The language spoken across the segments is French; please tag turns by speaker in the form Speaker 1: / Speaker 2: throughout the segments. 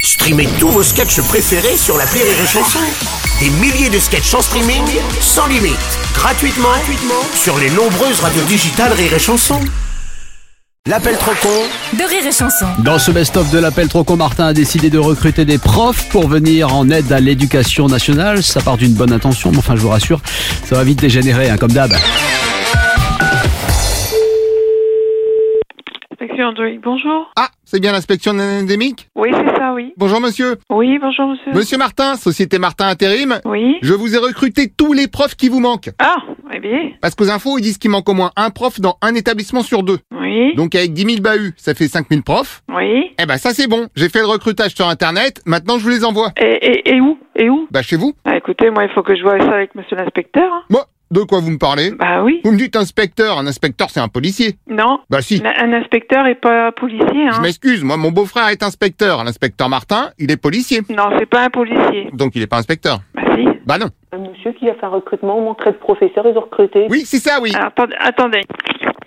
Speaker 1: Streamez tous vos sketchs préférés sur la Rire et Chanson. Des milliers de sketchs en streaming, sans limite, gratuitement, gratuitement sur les nombreuses radios digitales Rire et Chanson. L'appel trop con
Speaker 2: de rire et chanson.
Speaker 3: Dans ce best-of de l'appel Troco, Martin a décidé de recruter des profs pour venir en aide à l'éducation nationale. Ça part d'une bonne intention, mais enfin, je vous rassure, ça va vite dégénérer, hein, comme d'hab.
Speaker 4: Inspection Android, bonjour.
Speaker 5: Ah, c'est bien l'inspection endémique
Speaker 4: Oui, c'est ça, oui.
Speaker 5: Bonjour monsieur.
Speaker 6: Euh.
Speaker 4: Oui, bonjour, monsieur.
Speaker 5: Monsieur Martin, Société Martin Intérim.
Speaker 4: Oui.
Speaker 5: Je vous ai recruté tous les profs qui vous manquent.
Speaker 4: Ah, eh bien.
Speaker 5: Parce qu'aux infos, ils disent qu'il manque au moins un prof dans un établissement sur deux.
Speaker 4: Oui.
Speaker 5: Donc avec 10 000 bahuts, ça fait 5 000 profs.
Speaker 4: Oui.
Speaker 5: Eh ben ça c'est bon, j'ai fait le recrutage sur internet, maintenant je vous les envoie.
Speaker 4: Et, et, et où Et où
Speaker 5: Bah chez vous
Speaker 4: Bah écoutez, moi, il faut que je vois ça avec monsieur l'inspecteur. hein.
Speaker 5: Moi, de quoi vous me parlez
Speaker 4: Bah oui.
Speaker 5: Vous me dites inspecteur, un inspecteur c'est un policier.
Speaker 4: Non.
Speaker 5: Bah si,
Speaker 6: Ben
Speaker 4: Un- Un inspecteur est pas policier,
Speaker 5: je
Speaker 4: hein.
Speaker 5: m'excuse, moi mon beau-frère est inspecteur, l'inspecteur Martin, il est policier.
Speaker 4: Non, c'est pas un policier.
Speaker 5: Donc il est pas inspecteur.
Speaker 4: Bah si.
Speaker 5: Bah non.
Speaker 6: Un Euh, monsieur qui a fait un recrutement, on manquerait de professeurs, ils ont recruté.
Speaker 5: Oui, c'est ça, oui.
Speaker 4: Alors, Ah, attendez, attendez.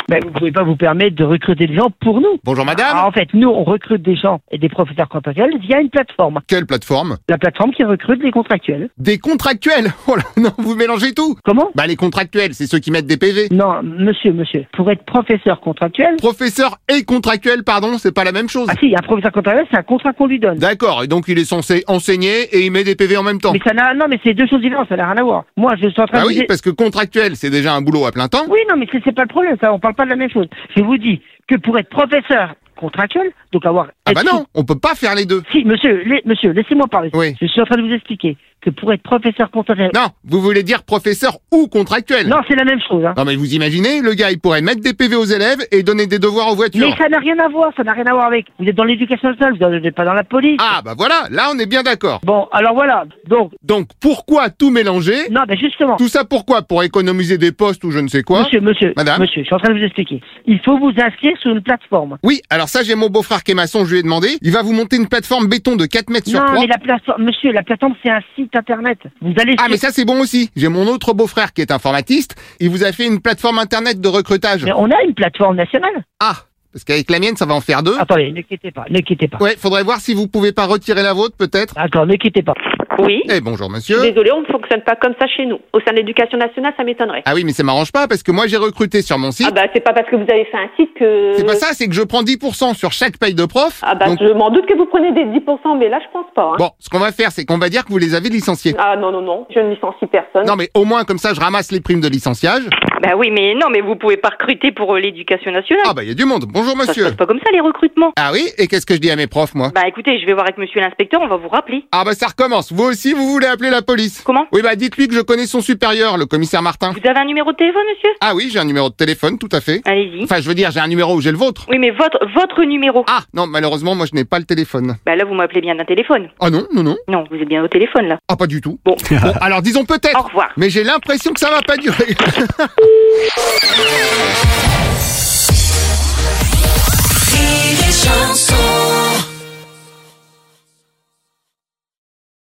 Speaker 7: Ben, vous pouvez pas vous permettre de recruter des gens pour nous.
Speaker 5: Bonjour madame.
Speaker 7: Ah, en fait, nous, on recrute des gens et des professeurs contractuels via une plateforme.
Speaker 5: Quelle plateforme
Speaker 7: La plateforme qui recrute les contractuels.
Speaker 5: Des contractuels Oh là, non, vous mélangez tout
Speaker 7: Comment
Speaker 5: Bah les contractuels, c'est ceux qui mettent des PV.
Speaker 7: Non, monsieur, monsieur, pour être professeur contractuel...
Speaker 5: Professeur et contractuel, pardon, c'est pas la même chose.
Speaker 7: Ah si, un professeur contractuel, c'est un contrat qu'on lui donne.
Speaker 5: D'accord, et donc il est censé enseigner et il met des PV en même temps.
Speaker 7: Mais ça n'a... Non, mais c'est deux choses différentes, ça n'a rien à voir. Moi, je suis en
Speaker 5: Bah
Speaker 7: train de... vous
Speaker 5: oui,
Speaker 7: dire-
Speaker 5: parce que contractuel, c'est déjà un boulot à plein temps.
Speaker 7: Oui, non, mais c'est, c'est pas le problème, ça, on parle pas de la même chose. Je vous dis que pour être professeur contractuel, donc avoir...
Speaker 5: Ah bah
Speaker 7: être
Speaker 5: non, on peut pas faire les deux.
Speaker 7: Si, monsieur, la- monsieur, laissez-moi parler.
Speaker 5: Oui.
Speaker 7: Je suis en train de vous expliquer que pour être professeur contractuel...
Speaker 5: Non, vous voulez dire professeur ou contractuel
Speaker 7: Non, c'est la même chose, hein.
Speaker 5: Non, mais vous imaginez, le gars, il pourrait mettre des PV aux élèves et donner des devoirs aux
Speaker 7: Mais
Speaker 5: voitures.
Speaker 7: ça n'a rien à voir, ça n'a rien à voir avec. Vous êtes dans l'éducation nationale, vous n'êtes pas dans la police.
Speaker 5: Ah bah voilà, là on est bien d'accord.
Speaker 7: Bon, alors voilà. Donc,
Speaker 5: Donc pourquoi tout mélanger
Speaker 7: non, mais justement,
Speaker 5: Tout ça pourquoi Pour économiser des postes ou je ne sais quoi
Speaker 7: monsieur, monsieur,
Speaker 5: Madame
Speaker 7: monsieur, je suis en train de vous expliquer. Il faut vous inscrire sur une plateforme.
Speaker 5: Oui, alors ça, j'ai mon beau-frère qui est maçon, je lui ai demandé. Il va vous monter une plateforme béton de 4 mètres sur
Speaker 7: non,
Speaker 5: 3.
Speaker 7: mais la plateforme, monsieur, la plateforme, c'est un site internet. Vous allez
Speaker 5: Ah,
Speaker 7: sur-
Speaker 5: mais ça, c'est bon aussi. J'ai mon autre beau-frère qui est informatiste. Il vous a fait une plateforme internet de recrutage.
Speaker 7: Mais on a une plateforme nationale.
Speaker 5: Ah, parce qu'avec la mienne, ça va en faire
Speaker 6: Ah.
Speaker 5: deux.
Speaker 7: Attendez, ne quittez pas, ne quittez pas.
Speaker 5: Hein Ouais, faudrait voir si vous pouvez pas retirer la vôtre, peut-être.
Speaker 7: D'accord, ne quittez pas.
Speaker 6: Oui.
Speaker 5: Eh, bonjour, monsieur.
Speaker 6: Désolé, on ne fonctionne pas comme ça chez nous. Au sein de l'éducation nationale, ça m'étonnerait.
Speaker 5: Ah oui, mais ça m'arrange pas parce que moi, j'ai recruté sur mon
Speaker 6: Ah
Speaker 5: site.
Speaker 6: bah c'est pas parce que vous avez fait un site que.
Speaker 5: C'est pas ça, c'est que je prends 10% sur chaque paye de prof.
Speaker 6: Ah bah
Speaker 5: Donc,
Speaker 6: je m'en doute que vous prenez des 10%, mais là je pense pas. hein.
Speaker 5: bon, ce qu'on va faire, c'est qu'on va dire que vous les avez licenciés.
Speaker 6: Ah non non non, je ne licencie personne.
Speaker 5: Non, mais au moins, comme ça, je ramasse les primes de licenciage.
Speaker 8: Bah oui, mais non, mais vous pouvez pas recruter pour euh, l'éducation nationale.
Speaker 5: Ah, bah, il y a du monde. Bonjour,
Speaker 8: ça se passe
Speaker 5: monsieur.
Speaker 8: pas comme ça les recrutements.
Speaker 5: Ah oui, et qu'est-ce que je dis à mes profs, moi
Speaker 8: Bah écoutez, je vais voir avec monsieur l'inspecteur, on va vous rappeler.
Speaker 5: Ah bah ça recommence. Vous aussi, vous voulez appeler la police
Speaker 8: Comment
Speaker 5: Oui bah dites-lui que je connais son supérieur, le commissaire Martin.
Speaker 8: Vous avez un numéro de téléphone, monsieur
Speaker 5: Ah oui, j'ai un numéro de téléphone, tout à fait.
Speaker 8: Allez-y.
Speaker 5: Enfin, je veux dire, j'ai un numéro où j'ai le vôtre.
Speaker 8: Oui, mais votre votre numéro.
Speaker 5: Ah non, malheureusement, moi je n'ai pas le téléphone.
Speaker 8: Bah là, vous m'appelez bien d'un téléphone.
Speaker 5: Ah non, non, non.
Speaker 8: Non, vous êtes bien au téléphone là.
Speaker 5: Ah pas du tout.
Speaker 8: Bon,
Speaker 5: Bon, alors disons
Speaker 8: au
Speaker 5: peut-être.
Speaker 8: revoir.
Speaker 5: Mais j'ai l'impression que ça va pas durer.